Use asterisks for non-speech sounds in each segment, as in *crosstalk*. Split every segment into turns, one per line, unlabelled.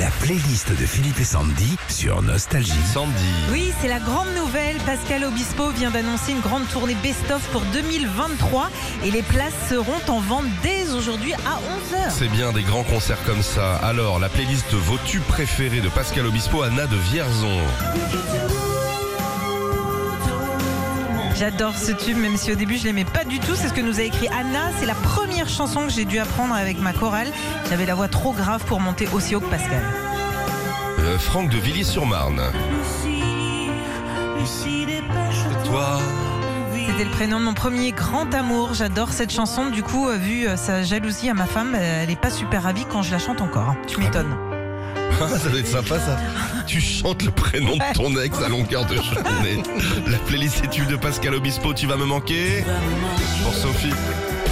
La playlist de Philippe et Sandy sur Nostalgie.
Sandy.
Oui, c'est la grande nouvelle. Pascal Obispo vient d'annoncer une grande tournée best-of pour 2023 et les places seront en vente dès aujourd'hui à 11h.
C'est bien des grands concerts comme ça. Alors, la playlist de vos tubes préférés de Pascal Obispo, Anna de Vierzon.
J'adore ce tube, même si au début je l'aimais pas du tout. C'est ce que nous a écrit Anna. C'est la première chanson que j'ai dû apprendre avec ma chorale. J'avais la voix trop grave pour monter aussi haut que Pascal.
Euh, Franck de Villiers-sur-Marne. Toi. *laughs*
C'était le prénom de mon premier grand amour. J'adore cette chanson. Du coup, euh, vu euh, sa jalousie à ma femme, euh, elle est pas super ravie quand je la chante encore. Tu m'étonnes.
ça doit être sympa ça. Tu chantes le prénom de ton ex à longueur de journée. La playlist des tubes de Pascal Obispo, tu vas me manquer. Pour Sophie,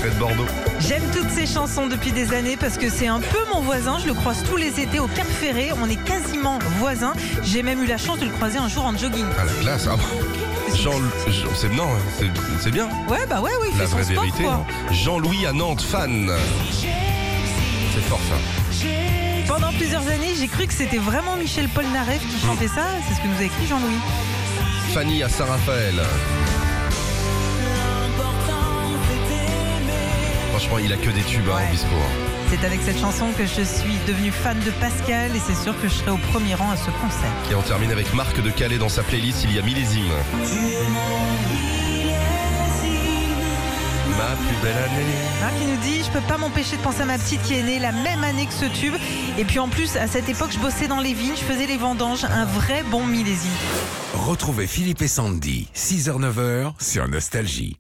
près de Bordeaux.
J'aime toutes ces chansons depuis des années parce que c'est un peu mon voisin. Je le croise tous les étés au Cap Ferré. On est quasiment voisins. J'ai même eu la chance de le croiser un jour en jogging.
Ah la classe. Ah, bon. Jean, Jean- c'est non, c'est- c'est bien.
Ouais, bah ouais, oui, il
La
fait son
vraie
sport,
vérité. hein.
quoi.
non. Jean-Louis à Nantes, fan. C'est fort ça.
Pendant plusieurs années, j'ai cru que c'était vraiment Michel Polnareff qui chantait ça. C'est ce que nous a écrit Jean-Louis.
Fanny à Saint-Raphaël. Franchement, il a que des tubes, hein, Obispo. hein.
C'est avec cette chanson que je suis devenue fan de Pascal et c'est sûr que je serai au premier rang à ce concert.
Et on termine avec Marc de Calais dans sa playlist il y a millésime. Ma plus belle année.
Marc hein, qui nous dit Je peux pas m'empêcher de penser à ma petite qui est née la même année que ce tube. Et puis en plus, à cette époque, je bossais dans les vignes, je faisais les vendanges. Un vrai bon millésime.
Retrouvez Philippe et Sandy, 6h-9h sur Nostalgie.